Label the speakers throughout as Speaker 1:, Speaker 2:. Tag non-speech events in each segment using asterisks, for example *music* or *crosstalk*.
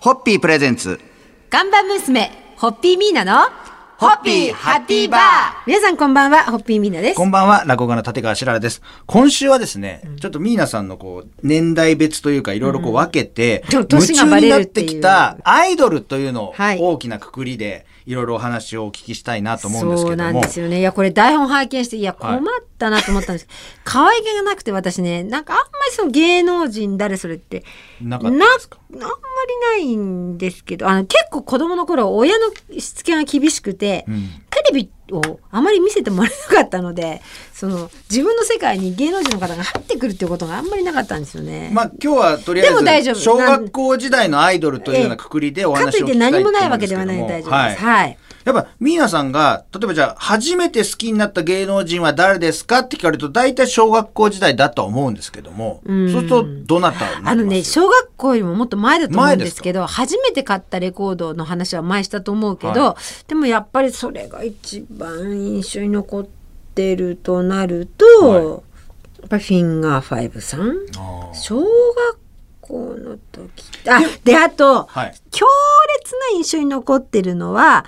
Speaker 1: ホッピープレゼンツ。
Speaker 2: ガンバ娘、ホッピーミーナの、
Speaker 1: ホッピーハッピーバー
Speaker 2: 皆さんこんばんは、ホッピーミーナです。
Speaker 1: こんばんは、落語家の立川しららです。今週はですね、ちょっとミーナさんのこう、年代別というか、いろいろこう分けて、
Speaker 2: ちょっと
Speaker 1: 夢
Speaker 2: 年が
Speaker 1: 中
Speaker 2: バ
Speaker 1: に
Speaker 2: レ
Speaker 1: な
Speaker 2: る
Speaker 1: っ
Speaker 2: って
Speaker 1: て
Speaker 2: いう
Speaker 1: きたアイドルというのを
Speaker 2: はい
Speaker 1: 大きなくくりで、いろいろお話をお聞きしたいなと思うんです
Speaker 2: そ
Speaker 1: け
Speaker 2: うな
Speaker 1: ど
Speaker 2: ん
Speaker 1: も
Speaker 2: で。すよね。いや、これ台本拝見して、いや、
Speaker 1: は
Speaker 2: 困
Speaker 1: い
Speaker 2: ったなと思ったんですけど、可愛げがなくて私ね、なんかあんまりその芸能人誰それって、
Speaker 1: なか
Speaker 2: な、
Speaker 1: っ
Speaker 2: あ
Speaker 1: た
Speaker 2: んま
Speaker 1: ですか
Speaker 2: りないんですけど、あの、結構子供の頃、親のしつけが厳しくて、
Speaker 1: うん
Speaker 2: テレビをあまり見せてもらえなかったので、その、自分の世界に芸能人の方が入ってくるっていうことがあんまりなかったんですよね。
Speaker 1: まあ今日はとりあ
Speaker 2: でも
Speaker 1: え
Speaker 2: 大
Speaker 1: ず
Speaker 2: 丈
Speaker 1: 小
Speaker 2: 夫
Speaker 1: 学校時代のアイドルというような
Speaker 2: ええ
Speaker 1: くくりでお
Speaker 2: かと
Speaker 1: 話
Speaker 2: い
Speaker 1: を聞
Speaker 2: って
Speaker 1: きたい
Speaker 2: 何
Speaker 1: と
Speaker 2: も
Speaker 1: 思
Speaker 2: な
Speaker 1: う
Speaker 2: い
Speaker 1: ん
Speaker 2: わ
Speaker 1: で
Speaker 2: け
Speaker 1: す
Speaker 2: で
Speaker 1: け
Speaker 2: は
Speaker 1: ど
Speaker 2: ない
Speaker 1: も
Speaker 2: 大丈夫です。はい。
Speaker 1: やっぱ、ミーナさんが、例えばじゃあ、初めて好きになった芸能人は誰ですかって聞かれると、大体小学校時代だとは思うんですけども、
Speaker 2: ん
Speaker 1: そうすると、どなたにな
Speaker 2: あ
Speaker 1: り
Speaker 2: の
Speaker 1: ます
Speaker 2: ね、小学校よりももっと前だと思うんですけど、初めて買ったレコードの話は前したと思うけど、
Speaker 1: は
Speaker 2: でもやっぱりそれが一番印象に残ってるとなると、
Speaker 1: はい
Speaker 2: やっぱりフィンガーファイブさん
Speaker 1: あー
Speaker 2: 小学校の時あであと、
Speaker 1: はい
Speaker 2: 強烈な印象に残ってるのは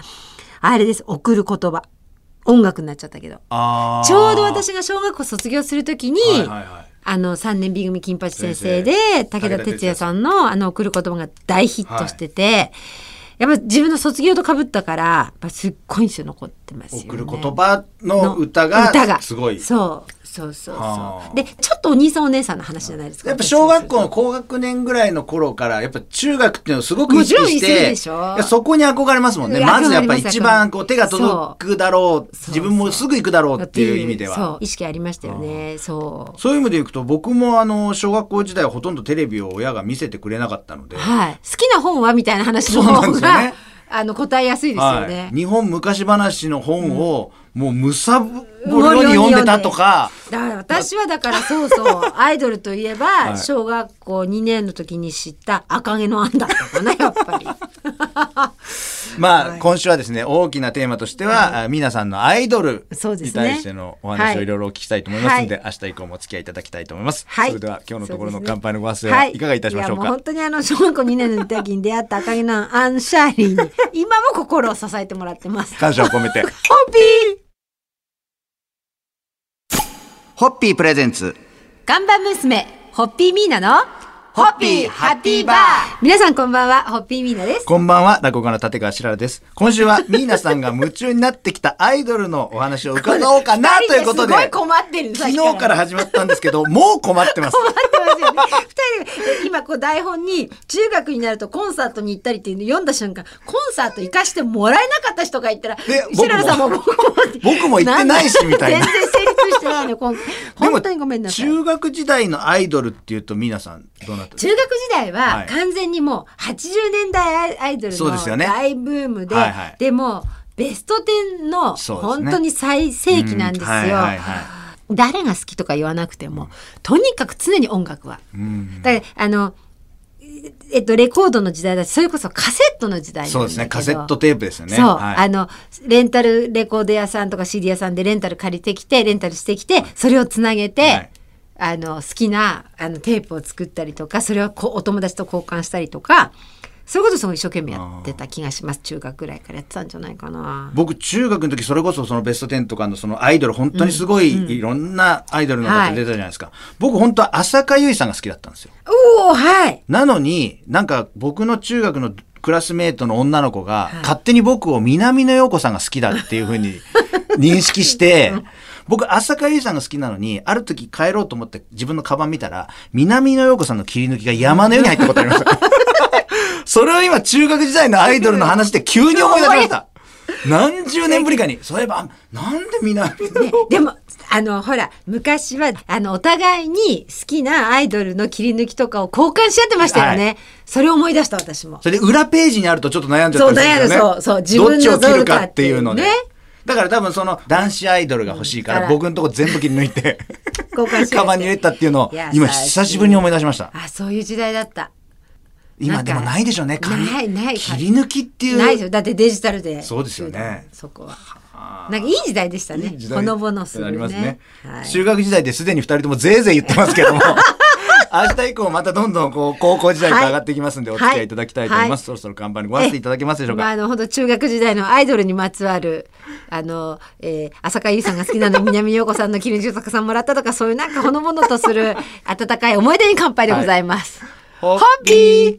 Speaker 2: あれです送る言葉音楽になっちゃったけど
Speaker 1: あー
Speaker 2: ちょうど私が小学校卒業するときに、
Speaker 1: はいはいはい
Speaker 2: あの3年 B 組金八先生で
Speaker 1: 先生
Speaker 2: 武田鉄矢さんの「あの送る言葉」が大ヒットしてて、やっぱ自分の卒業とかぶったからやっぱすっごい印象残ってますよね。
Speaker 1: 送る言葉の歌が、すごい。
Speaker 2: そうそうそう
Speaker 1: は
Speaker 2: そ
Speaker 1: あ
Speaker 2: うでちょっとお兄さんお姉さんの話じゃないですか
Speaker 1: やっぱ小学校の高学年ぐらいの頃から、やっぱ中学っていうのをすごく
Speaker 2: も
Speaker 1: 意
Speaker 2: ちろん
Speaker 1: 識し
Speaker 2: 意識する
Speaker 1: て、
Speaker 2: でしょ
Speaker 1: いやそこに憧れますもんね。
Speaker 2: うん
Speaker 1: まずやっぱ
Speaker 2: 憧れます
Speaker 1: 一番こう手が届くだろう、
Speaker 2: そう
Speaker 1: 自分もすぐ行くだろうっていう意味では。
Speaker 2: そう意識ありましたよねそう
Speaker 1: そういう意味でいくと僕もあの小学校時代はほとんどテレビを親が見せてくれなかったので、
Speaker 2: はい、好きな本はみたいな話の
Speaker 1: そうなん
Speaker 2: 方
Speaker 1: ですよ
Speaker 2: が、
Speaker 1: ね
Speaker 2: あの答えやすいですよね。
Speaker 1: はい日本昔話の本をもうむさぼるように読んでたとか、
Speaker 2: だから私はだからそ
Speaker 1: *laughs*
Speaker 2: うそうアイドルといえ
Speaker 1: い
Speaker 2: ば小学校2年の時に知った赤毛のアンダーかなやっ
Speaker 1: *laughs*
Speaker 2: ぱり
Speaker 1: まあ今週はですね大きなテーマとしては、あ皆さんのアイドル
Speaker 2: そうで
Speaker 1: に
Speaker 2: すね
Speaker 1: 対してのお話をいろいろお聞きしたいと思いますので、明日以降もお付き合いいただきたいと思います。
Speaker 2: はい
Speaker 1: それでは今日のところ
Speaker 2: そ
Speaker 1: の
Speaker 2: うです
Speaker 1: 乾
Speaker 2: ね
Speaker 1: 杯のご発声はいかがいたしましょう
Speaker 2: いやもう
Speaker 1: か。
Speaker 2: 本当にあの小学校2年の時に出会った赤毛のアンシャーリーに今も心を支えてもらってます
Speaker 1: 感謝を込め
Speaker 2: *laughs*
Speaker 1: て。
Speaker 2: ホッピー
Speaker 3: ホッピープレゼンツ。
Speaker 2: ガンバ娘ホッピーミーナの
Speaker 3: ホッピーハッピーバー
Speaker 2: 皆さんこんばんはホッピーミーナです
Speaker 1: こんばんは、落語家の立川しららです。今週は、ミーナさんが夢中になってきたアイドルのお話を伺おうかなということで、
Speaker 2: 二人すごい困ってる
Speaker 1: 昨日から始まったんですけど、もう困ってます。
Speaker 2: 困ってますよね。二人で今こう台本に中学になるとコンサートに行ったりっていうの読んだ瞬間、コンサート行かしてもらえなかった人が言ったら、
Speaker 1: で
Speaker 2: シララさんも僕もって
Speaker 1: 僕も行ってないしみたいな
Speaker 2: 全然成立してないのよ今
Speaker 1: で
Speaker 2: 回
Speaker 1: も
Speaker 2: *laughs* 本当にごめんなさい。中
Speaker 1: 中学時代のアイドルっていうと、ミーナさん、どうなった
Speaker 2: 学時代
Speaker 1: は
Speaker 2: はい完全にもう80年代アイドル
Speaker 1: そうですよ
Speaker 2: の
Speaker 1: ね
Speaker 2: 大ブームで、
Speaker 1: はいはい
Speaker 2: でもベスト10の
Speaker 1: そうですね
Speaker 2: 本当に最盛期なんです
Speaker 1: うん
Speaker 2: よ。
Speaker 1: はいはいは
Speaker 2: 誰が好きとか言わなくても、とにかく常に音楽は。だからあのえっとレコードの時代だしそれこそカセットの時代なんだけど
Speaker 1: そうですね、カセットテープですよね。
Speaker 2: そう、
Speaker 1: は
Speaker 2: あ
Speaker 1: い
Speaker 2: のレンタルレコード屋さんとか CD 屋さんでレンタル借りてきてレンタルしてきてそれをつなげて、
Speaker 1: はい
Speaker 2: あの好きなあのテープを作ったりとかそれをこうお友達と交換したりとかそういうことをすごい一生懸命やってた気がします中学ぐらいからやってたんじゃないかな。
Speaker 1: 僕、中学の時、それこそそのベスト10とかのそのアイドル、本当にすごい、いろんなアイドルの方出たじゃないですか。僕、本当は浅香唯さんが好きだったんですよ。
Speaker 2: おおはい
Speaker 1: なのに、なんか僕の中学のクラスメートの女の子が、勝手に僕を南野陽子さんが好きだっていうふうに認識して、僕、浅香唯さんが好きなのに、ある時帰ろうと思って自分のカバン見たら、南野陽子さんの切り抜きが山のように入ったことありました。それを今、中学時代のアイドルの話で急に思い出しました。何十年ぶりかに、そういえば、あなんで南野陽子
Speaker 2: でも、あの、ほら、昔は、あの、お互いに好きなアイドルの切り抜きとかを交換し合ってましたよね。
Speaker 1: は
Speaker 2: それを思い出した、私も。
Speaker 1: それで裏ページにあるとちょっと悩んじゃったりするんですよね。
Speaker 2: そう悩むそうそう自分の
Speaker 1: どっちを切るかっていうので。
Speaker 2: ね
Speaker 1: だから多分その男子アイドルが欲しいから
Speaker 2: うん
Speaker 1: 僕のとこ全部切り抜いて、
Speaker 2: *laughs* 交換し合って
Speaker 1: カバンに入れ *laughs* たっていうのを
Speaker 2: いや
Speaker 1: 今
Speaker 2: さ
Speaker 1: 久しぶりに思い出しました。
Speaker 2: あ、そういう時代だった。
Speaker 1: 今
Speaker 2: なん
Speaker 1: で
Speaker 2: か
Speaker 1: もないでしょうね、紙
Speaker 2: ないない
Speaker 1: 切り抜きっていう。
Speaker 2: ないですよ。だってデジタルで。
Speaker 1: そうですよね
Speaker 2: そこは。なんかいい時代でした
Speaker 1: い
Speaker 2: ね。
Speaker 1: い時代
Speaker 2: ほのぼのする、ね。
Speaker 1: ありますね。
Speaker 2: はい
Speaker 1: 中学時代ですでに二人ともぜいぜい言ってますけども。 *laughs* 明日以降またどんどんこう高校時代から上がっていきますんで、
Speaker 2: は
Speaker 1: お
Speaker 2: い
Speaker 1: 付き合いいただきたいと思います。そろそろ看板にご挨拶いただけますでしょう
Speaker 2: まあ、
Speaker 1: か。
Speaker 2: あの本当中学時代のアイドルにまつわるあの、えー浅香唯さんが好きなの南陽子さんの桐生作さんもらったとかそういうなんかほのぼのとす
Speaker 1: *laughs*
Speaker 2: る温かい思い出に乾杯でございます。
Speaker 1: ホ
Speaker 2: ホッピー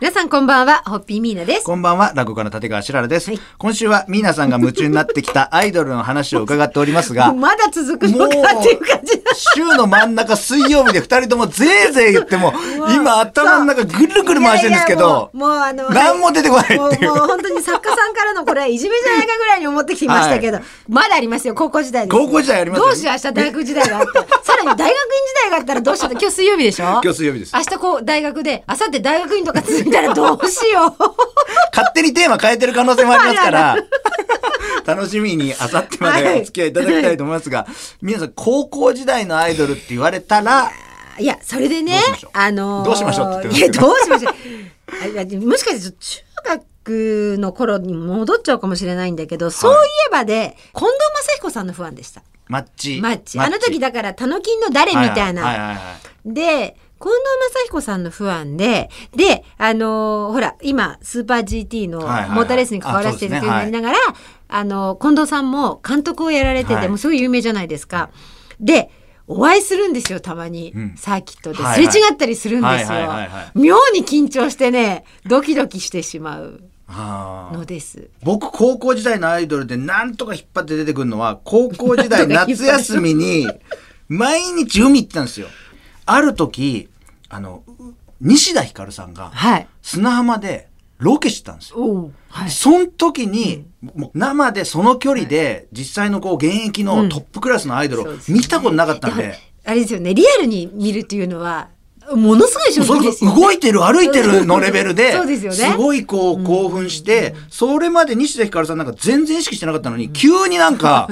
Speaker 2: 皆さんこんばんはホッピーミーナです。
Speaker 1: こんばんは、落語家の立川しららです。
Speaker 2: はい
Speaker 1: 今週は、ミーナさんが夢中になってきた *laughs* アイドルの話を伺っております
Speaker 2: *laughs*
Speaker 1: が、
Speaker 2: まだ続くのかっていう感じ
Speaker 1: 週の真ん中水曜日で二人ともぜいぜい言っても、今頭の中ぐるぐる回してるんですけど、
Speaker 2: いやいやもうもうあの
Speaker 1: 何も出てこない
Speaker 2: もう
Speaker 1: っていう
Speaker 2: もう本当に作家さんからのこれはいじめじゃないかぐらいに思ってきていましたけど、まだありますよ高校時代です
Speaker 1: 高校時代ありますよ
Speaker 2: どうしよう明日大学時代があって
Speaker 1: *laughs*
Speaker 2: さらに大学院時代があったらどうしようって今日水曜日でしょ
Speaker 1: 今日水曜日です
Speaker 2: 明日こう大学で明後日大学院とか続いたらどうし
Speaker 1: *laughs*
Speaker 2: よう
Speaker 1: 勝手にテーマ変えてる可能性もありますから、 *laughs* 楽しみにあさってまでお付き合いいただきたいと思いますが、皆さん高校時代のアイドルって言われたら、
Speaker 2: いやそれでね
Speaker 1: どうしましょう
Speaker 2: あのー
Speaker 1: どうしましょうって言っ
Speaker 2: い
Speaker 1: て
Speaker 2: や
Speaker 1: ますけ
Speaker 2: どうしましょうあいやもしかしてちょっと中学の頃に戻っちゃうかもしれないんだけど、そういえばで近藤真彦さんの不安でした
Speaker 1: マッチ。
Speaker 2: マッチ。あの時だから、たのきんの誰み
Speaker 1: はいはい
Speaker 2: たい
Speaker 1: はい
Speaker 2: な。
Speaker 1: はいはい
Speaker 2: で、近藤真彦さんの不安で、で、あのーほら、今、スーパー GT のモ
Speaker 1: はいはいはい
Speaker 2: ーターレースに関わらせてる
Speaker 1: あ
Speaker 2: っ
Speaker 1: そうです
Speaker 2: て
Speaker 1: ね
Speaker 2: いうのになりながら、あのー近藤さんも監督をやられて
Speaker 1: は
Speaker 2: て、
Speaker 1: い
Speaker 2: もうすごい有名じゃないですか。で、お会いするんですよ、たまに。
Speaker 1: ん
Speaker 2: サーキットで。
Speaker 1: はい
Speaker 2: すれ
Speaker 1: はい
Speaker 2: 違ったりするんですよ
Speaker 1: はいはいはいはい。
Speaker 2: 妙に緊張してね、ドキドキしてしまう
Speaker 1: あー
Speaker 2: のです。
Speaker 1: 僕、高校時代のアイドルでなんとか引っ張って出てくるのは、高校時代
Speaker 2: *laughs* なんとか引っ
Speaker 1: 夏
Speaker 2: 張る
Speaker 1: 休みに、毎日海行ってたんですよ。ある時、あの、西田ひかるさんが、
Speaker 2: はい。
Speaker 1: 砂浜でロケしてたんですよ。
Speaker 2: おうはい。
Speaker 1: その時に、もう生でその距離で、実際のこう、現役のトップクラスのアイドル
Speaker 2: そ
Speaker 1: を
Speaker 2: うですね
Speaker 1: 見たことなかったんで、
Speaker 2: やあれですよねリアルに見るっていうのはものすごい
Speaker 1: も
Speaker 2: 衝
Speaker 1: うそ
Speaker 2: 撃
Speaker 1: れ
Speaker 2: で
Speaker 1: こ
Speaker 2: す
Speaker 1: そ
Speaker 2: よ、ね、
Speaker 1: 動いてる歩いてるのレベルで
Speaker 2: そうですよね
Speaker 1: ごいこう興奮して、それまで西田ひかるさんなんか全然意識してなかったのに、急になん
Speaker 2: *laughs*
Speaker 1: か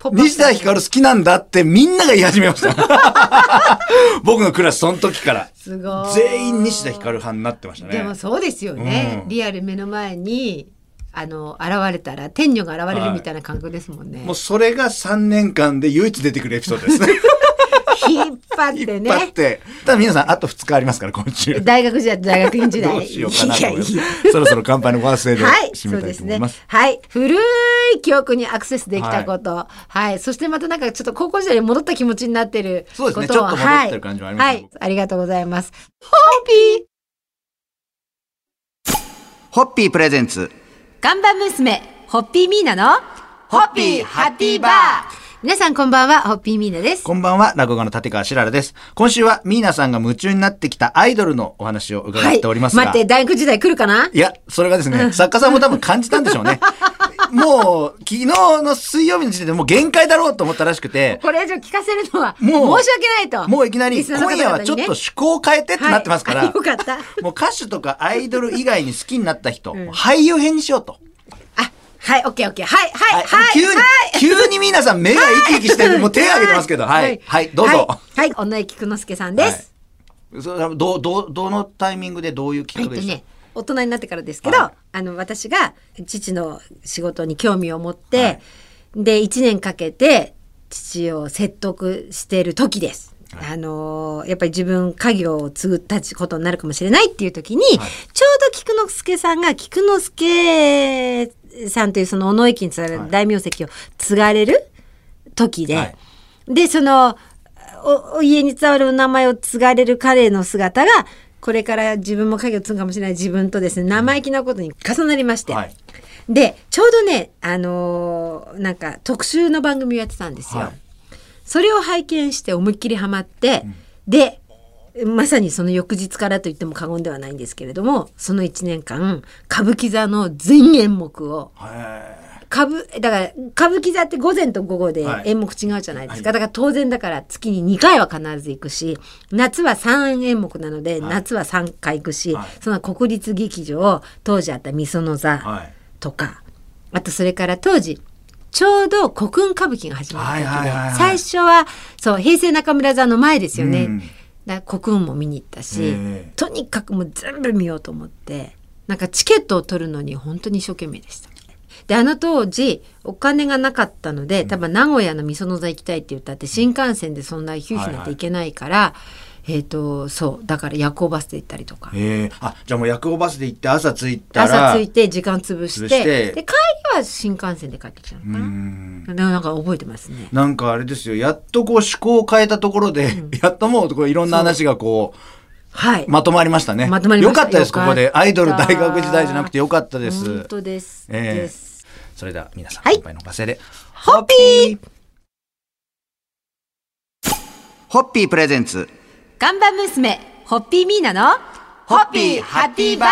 Speaker 2: ポップアップ
Speaker 1: 西田ひかる好きなんだってみんなが言い始めました
Speaker 2: *laughs*
Speaker 1: 僕のクラスその時から
Speaker 2: すごい
Speaker 1: 全員西田ひかる派になってましたね
Speaker 2: でもそうですよね、
Speaker 1: うん
Speaker 2: リアル目の前にあの現れたら天女が現れるみたいな感覚ですもんね、
Speaker 1: もうそれが3年間で唯一出てくるエピソードですね
Speaker 2: 引っ張って
Speaker 1: 引っ
Speaker 2: ね
Speaker 1: 張ってただ皆さんあと2日ありますから今週
Speaker 2: 大学時代と大学院時代
Speaker 1: *laughs* どうしようかなと思いま
Speaker 2: いやいや
Speaker 1: すそろそろ乾杯のご発声で
Speaker 2: はい、
Speaker 1: 締
Speaker 2: そ
Speaker 1: め
Speaker 2: う
Speaker 1: た
Speaker 2: で
Speaker 1: いと
Speaker 2: す
Speaker 1: 思い
Speaker 2: ね
Speaker 1: ます。
Speaker 2: はい、古い記憶にアクセスできたこと、はい、そしてまたなんかちょっと高校時代に戻った気持ちになってる
Speaker 1: そうですね
Speaker 2: こと
Speaker 1: ちょ
Speaker 2: を
Speaker 1: っと戻ってる感じはありますね
Speaker 2: はい、はいありがとうございます。ホッピー
Speaker 3: ホッピープレゼンツ。
Speaker 2: 看板娘ホッピーミーナの
Speaker 3: ホッピーハッピーバー
Speaker 2: 皆さんこんばんはホッピーミーナです
Speaker 1: こんばんは、落語家の立川しららです。今週は、ミーナさんが夢中になってきたアイドルのお話を伺っておりますが、
Speaker 2: はい、待って大学時代来るかない
Speaker 1: や、それがですね、作家さんも多分感じたんでしょう
Speaker 2: *laughs*
Speaker 1: ね。もう、昨日の水曜日の時点でもう限界だろうと思ったらしくて、
Speaker 2: これ以上聞かせるのは
Speaker 1: もう
Speaker 2: 申し訳ないと
Speaker 1: もういきなり、
Speaker 2: リスナーの
Speaker 1: 今
Speaker 2: 方々にね
Speaker 1: 夜はちょっと趣向を変えてってなってますから、
Speaker 2: *laughs* はいあよかった
Speaker 1: もう歌手とかアイドル以外に好きになった人、もう俳優編にしようと。
Speaker 2: あはいオッケーオッケーはいはいはい
Speaker 1: 急に、
Speaker 2: はい
Speaker 1: 急に皆さん目が生き生きしてる、もう手を挙げてますけ
Speaker 2: *laughs*
Speaker 1: ど、はい、はい、どうぞ。
Speaker 2: はい、はい、女井菊之助さんです、
Speaker 1: それはどうどうどのタイミングでどういうきっ
Speaker 2: えっ
Speaker 1: か
Speaker 2: と
Speaker 1: けでした、
Speaker 2: ね大人になってからですけど、
Speaker 1: はい
Speaker 2: あの私が父の仕事に興味を持って、で1年かけて父を説得している時です。あのーやっぱり自分家業を継ぐ立つことになるかもしれないっていう時に、ちょうど菊之助さんが菊之助さんというその尾上家に伝わる大名跡を継がれる時で、
Speaker 1: はい
Speaker 2: でそのおお家に伝わるお名前を継がれる彼の姿がこれから自分も家業を継ぐかもしれない自分とですね生意気なことに重なりまして、
Speaker 1: はい
Speaker 2: でちょうどねあのーなんか特集の番組をやってたんですよ。
Speaker 1: はい
Speaker 2: それを拝見して思いっきりハマって、でまさにその翌日からと言っても過言ではないんですけれどもその1年間歌舞伎座の全演目を歌舞だから歌舞伎座って午前と午後で
Speaker 1: はい
Speaker 2: 演目違うじゃないですか、
Speaker 1: はい
Speaker 2: だから当然だから月に2回は必ず行くし夏は3演目なので夏は3回行くし、
Speaker 1: はい
Speaker 2: その国立劇場当時あった御園座
Speaker 1: はい
Speaker 2: とか、あとそれから当時ちょうど国運歌舞伎が始まった時で、
Speaker 1: はいはいはいはい
Speaker 2: 最初はそう平成中村座の前ですよね、
Speaker 1: うん
Speaker 2: だから国運も見に行ったし
Speaker 1: ええ
Speaker 2: とにかくもう全部見ようと思ってなんかチケットを取るのに本当に一生懸命でした。であの当時お金がなかったので多分名古屋のみその座行きたいって言ったって新幹線でそんなヒューヒューなんて行けないから、えっ、とそうだから夜行バスで行ったりとか。
Speaker 1: ええあ、じゃあもう夜行バスで行って朝着いたら。
Speaker 2: 朝着いて時間潰して
Speaker 1: 潰して
Speaker 2: で帰りは新幹線で帰ってきたのか
Speaker 1: う
Speaker 2: な。
Speaker 1: ん
Speaker 2: でもなんか覚えてますね。
Speaker 1: なんかあれですよ、やっとこう思考を変えたところで、やっともうこういろんな話がこ
Speaker 2: はい。
Speaker 1: う、まとまりましたね。
Speaker 2: まとまりました
Speaker 1: よかったです、ここで
Speaker 2: よ。かった
Speaker 1: アイドル大学時代じゃなくてよかったです。
Speaker 2: 本当です。
Speaker 1: ええ
Speaker 2: です。
Speaker 1: それでは皆さん、
Speaker 2: はい
Speaker 1: 今回のおせで。
Speaker 2: ホッピー
Speaker 3: ホッピープレゼンツ
Speaker 2: 看板娘、ホッピーミーナの、
Speaker 3: ホッピーハッピーバー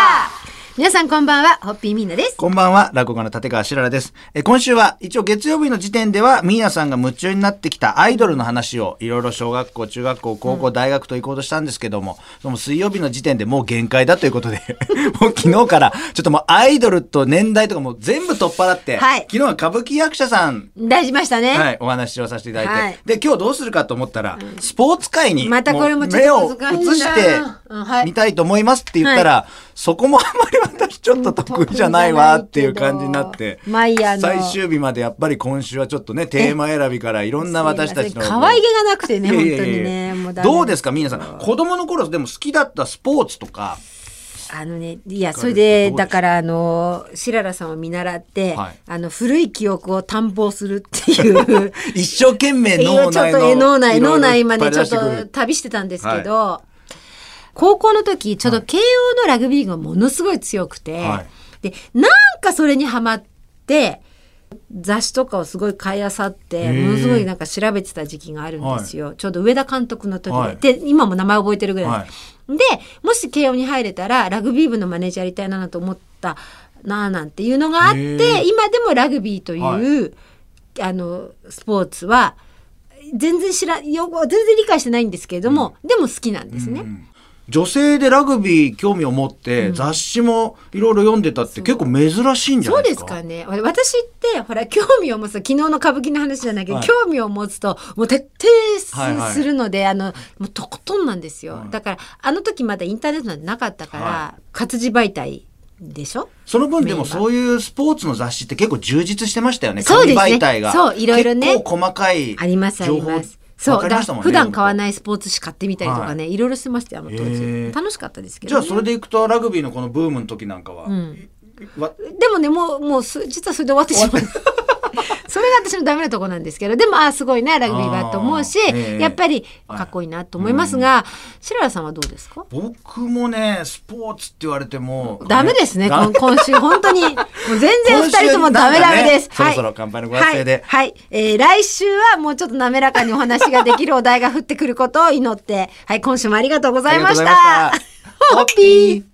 Speaker 2: 皆さんこんばんは、ホッピーミーナです。
Speaker 1: こんばんは、落語家の立川しららです。えー今週は、一応月曜日の時点では、ミーナさんが夢中になってきたアイドルの話を、いろいろ小学校、中学校、高校、大学と行こうとしたんですけども、その水曜日の時点でもう限界だということで、 *laughs* もう昨日から、ちょっともうアイドルと年代とかもう全部取っ払って、
Speaker 2: はい
Speaker 1: 昨日は歌舞伎役者さん、
Speaker 2: 大事ましたね。
Speaker 1: はい、お話をさせていただいて、
Speaker 2: はい
Speaker 1: で、今日どうするかと思ったら、スポーツ界に、
Speaker 2: またこれもち
Speaker 1: 目
Speaker 2: ょ
Speaker 1: を
Speaker 2: っと難しいな
Speaker 1: 移して
Speaker 2: うんはい、
Speaker 1: 見たいと思いますって言ったら、そこもあんまり私ちょっと得意じゃないわっていう感じになって、
Speaker 2: マイヤーの
Speaker 1: 最終日までやっぱり今週はちょっとね、テーマ選びからいろんな私たちの。
Speaker 2: すいません可愛げがなくてね、
Speaker 1: いや
Speaker 2: 本
Speaker 1: いやい
Speaker 2: 当
Speaker 1: や
Speaker 2: にね。もうダメ
Speaker 1: どうですか、皆さん。子供の頃、でも好きだったスポーツとか、
Speaker 2: あのね、いや、
Speaker 1: か
Speaker 2: そ
Speaker 1: れ
Speaker 2: れ
Speaker 1: るとどうです
Speaker 2: で、だから、あの、しららさんを見習って、
Speaker 1: はい
Speaker 2: あの、古い記憶を探訪するって
Speaker 1: *laughs*
Speaker 2: いう、
Speaker 1: 一生懸命
Speaker 2: っていう
Speaker 1: 脳
Speaker 2: ちょっ
Speaker 1: 内
Speaker 2: と
Speaker 1: の。
Speaker 2: え脳内
Speaker 1: いろいろ
Speaker 2: 脳内までちょっ
Speaker 1: 引っ張り出して
Speaker 2: と
Speaker 1: くる
Speaker 2: 旅してたんですけど、高校の時ちょうど慶応のラグビーがものすごい強くて、
Speaker 1: はい
Speaker 2: でなんかそれにはまって雑誌とかをすごい買いあさって
Speaker 1: ー
Speaker 2: ものすごいなんか調べてた時期があるんですよ、ちょうど上田監督の時で,、
Speaker 1: はい
Speaker 2: で今も名前覚えてるぐらいです、でもし慶応に入れたらラグビー部のマネージャーやりたいなと思ったなあなんていうのがあっ
Speaker 1: へ
Speaker 2: て
Speaker 1: ー
Speaker 2: 今でもラグビーという、あのスポーツは全然知らよ全然理解してないんですけれども、でも好きなんですね。
Speaker 1: 女性でラグビー興味を持って、雑誌もいろいろ読んでたって結構珍しいんじゃ
Speaker 2: そ
Speaker 1: ない
Speaker 2: う
Speaker 1: で
Speaker 2: ですす
Speaker 1: か。
Speaker 2: かね。わ私って、ほら、興味を持つ、昨日の歌舞伎の話じゃないけど、
Speaker 1: はい
Speaker 2: 興味を持つと、もう徹
Speaker 1: はい
Speaker 2: 底
Speaker 1: はい
Speaker 2: すするので、あの、もうとことんなんですよ。だから、あの時まだインターネットなんてなかったから、
Speaker 1: は
Speaker 2: 活字媒体でしょ
Speaker 1: その分でも
Speaker 2: メインは
Speaker 1: そういうスポーツの雑誌って結構充実してましたよね。
Speaker 2: そうですね
Speaker 1: 紙媒体が。
Speaker 2: そういろいろね
Speaker 1: 結構細かい情報。
Speaker 2: あります、あります。そ
Speaker 1: わ
Speaker 2: う、
Speaker 1: かりま
Speaker 2: だ
Speaker 1: したもんね。
Speaker 2: 普段買わないいスポーツ紙買ってみたりとかね、い、ろいろしてましたよ、あの当
Speaker 1: へ
Speaker 2: 時
Speaker 1: ー。
Speaker 2: 楽しかったですけ
Speaker 1: じゃ
Speaker 2: ど、
Speaker 1: あ
Speaker 2: ね。
Speaker 1: それでいくとラグビーのこのブームの時なんかは。わ
Speaker 2: でもねもうもうす実はそれで終わってしまう *laughs* それが私のダメなとこなんですけどでもああすごいなラグビーはと思うし、
Speaker 1: あーええ
Speaker 2: やっぱりかっこいいなと思いますが、白良さんはどうですか
Speaker 1: 僕もね、スポーツって言われても。
Speaker 2: ダメですね、
Speaker 1: ダメ
Speaker 2: こん今週、本当に。もう全然二人ともダメダメで
Speaker 1: 今週なん
Speaker 2: す。
Speaker 1: かねそろそろ乾杯のご発声で
Speaker 2: はい。はいえー来週はもうちょっと滑らかにお話ができるお題が降ってくることを祈って、はい、今週もありがとうございまし
Speaker 1: ありがとうござい
Speaker 2: た
Speaker 1: まし。た
Speaker 2: *laughs* ホッピー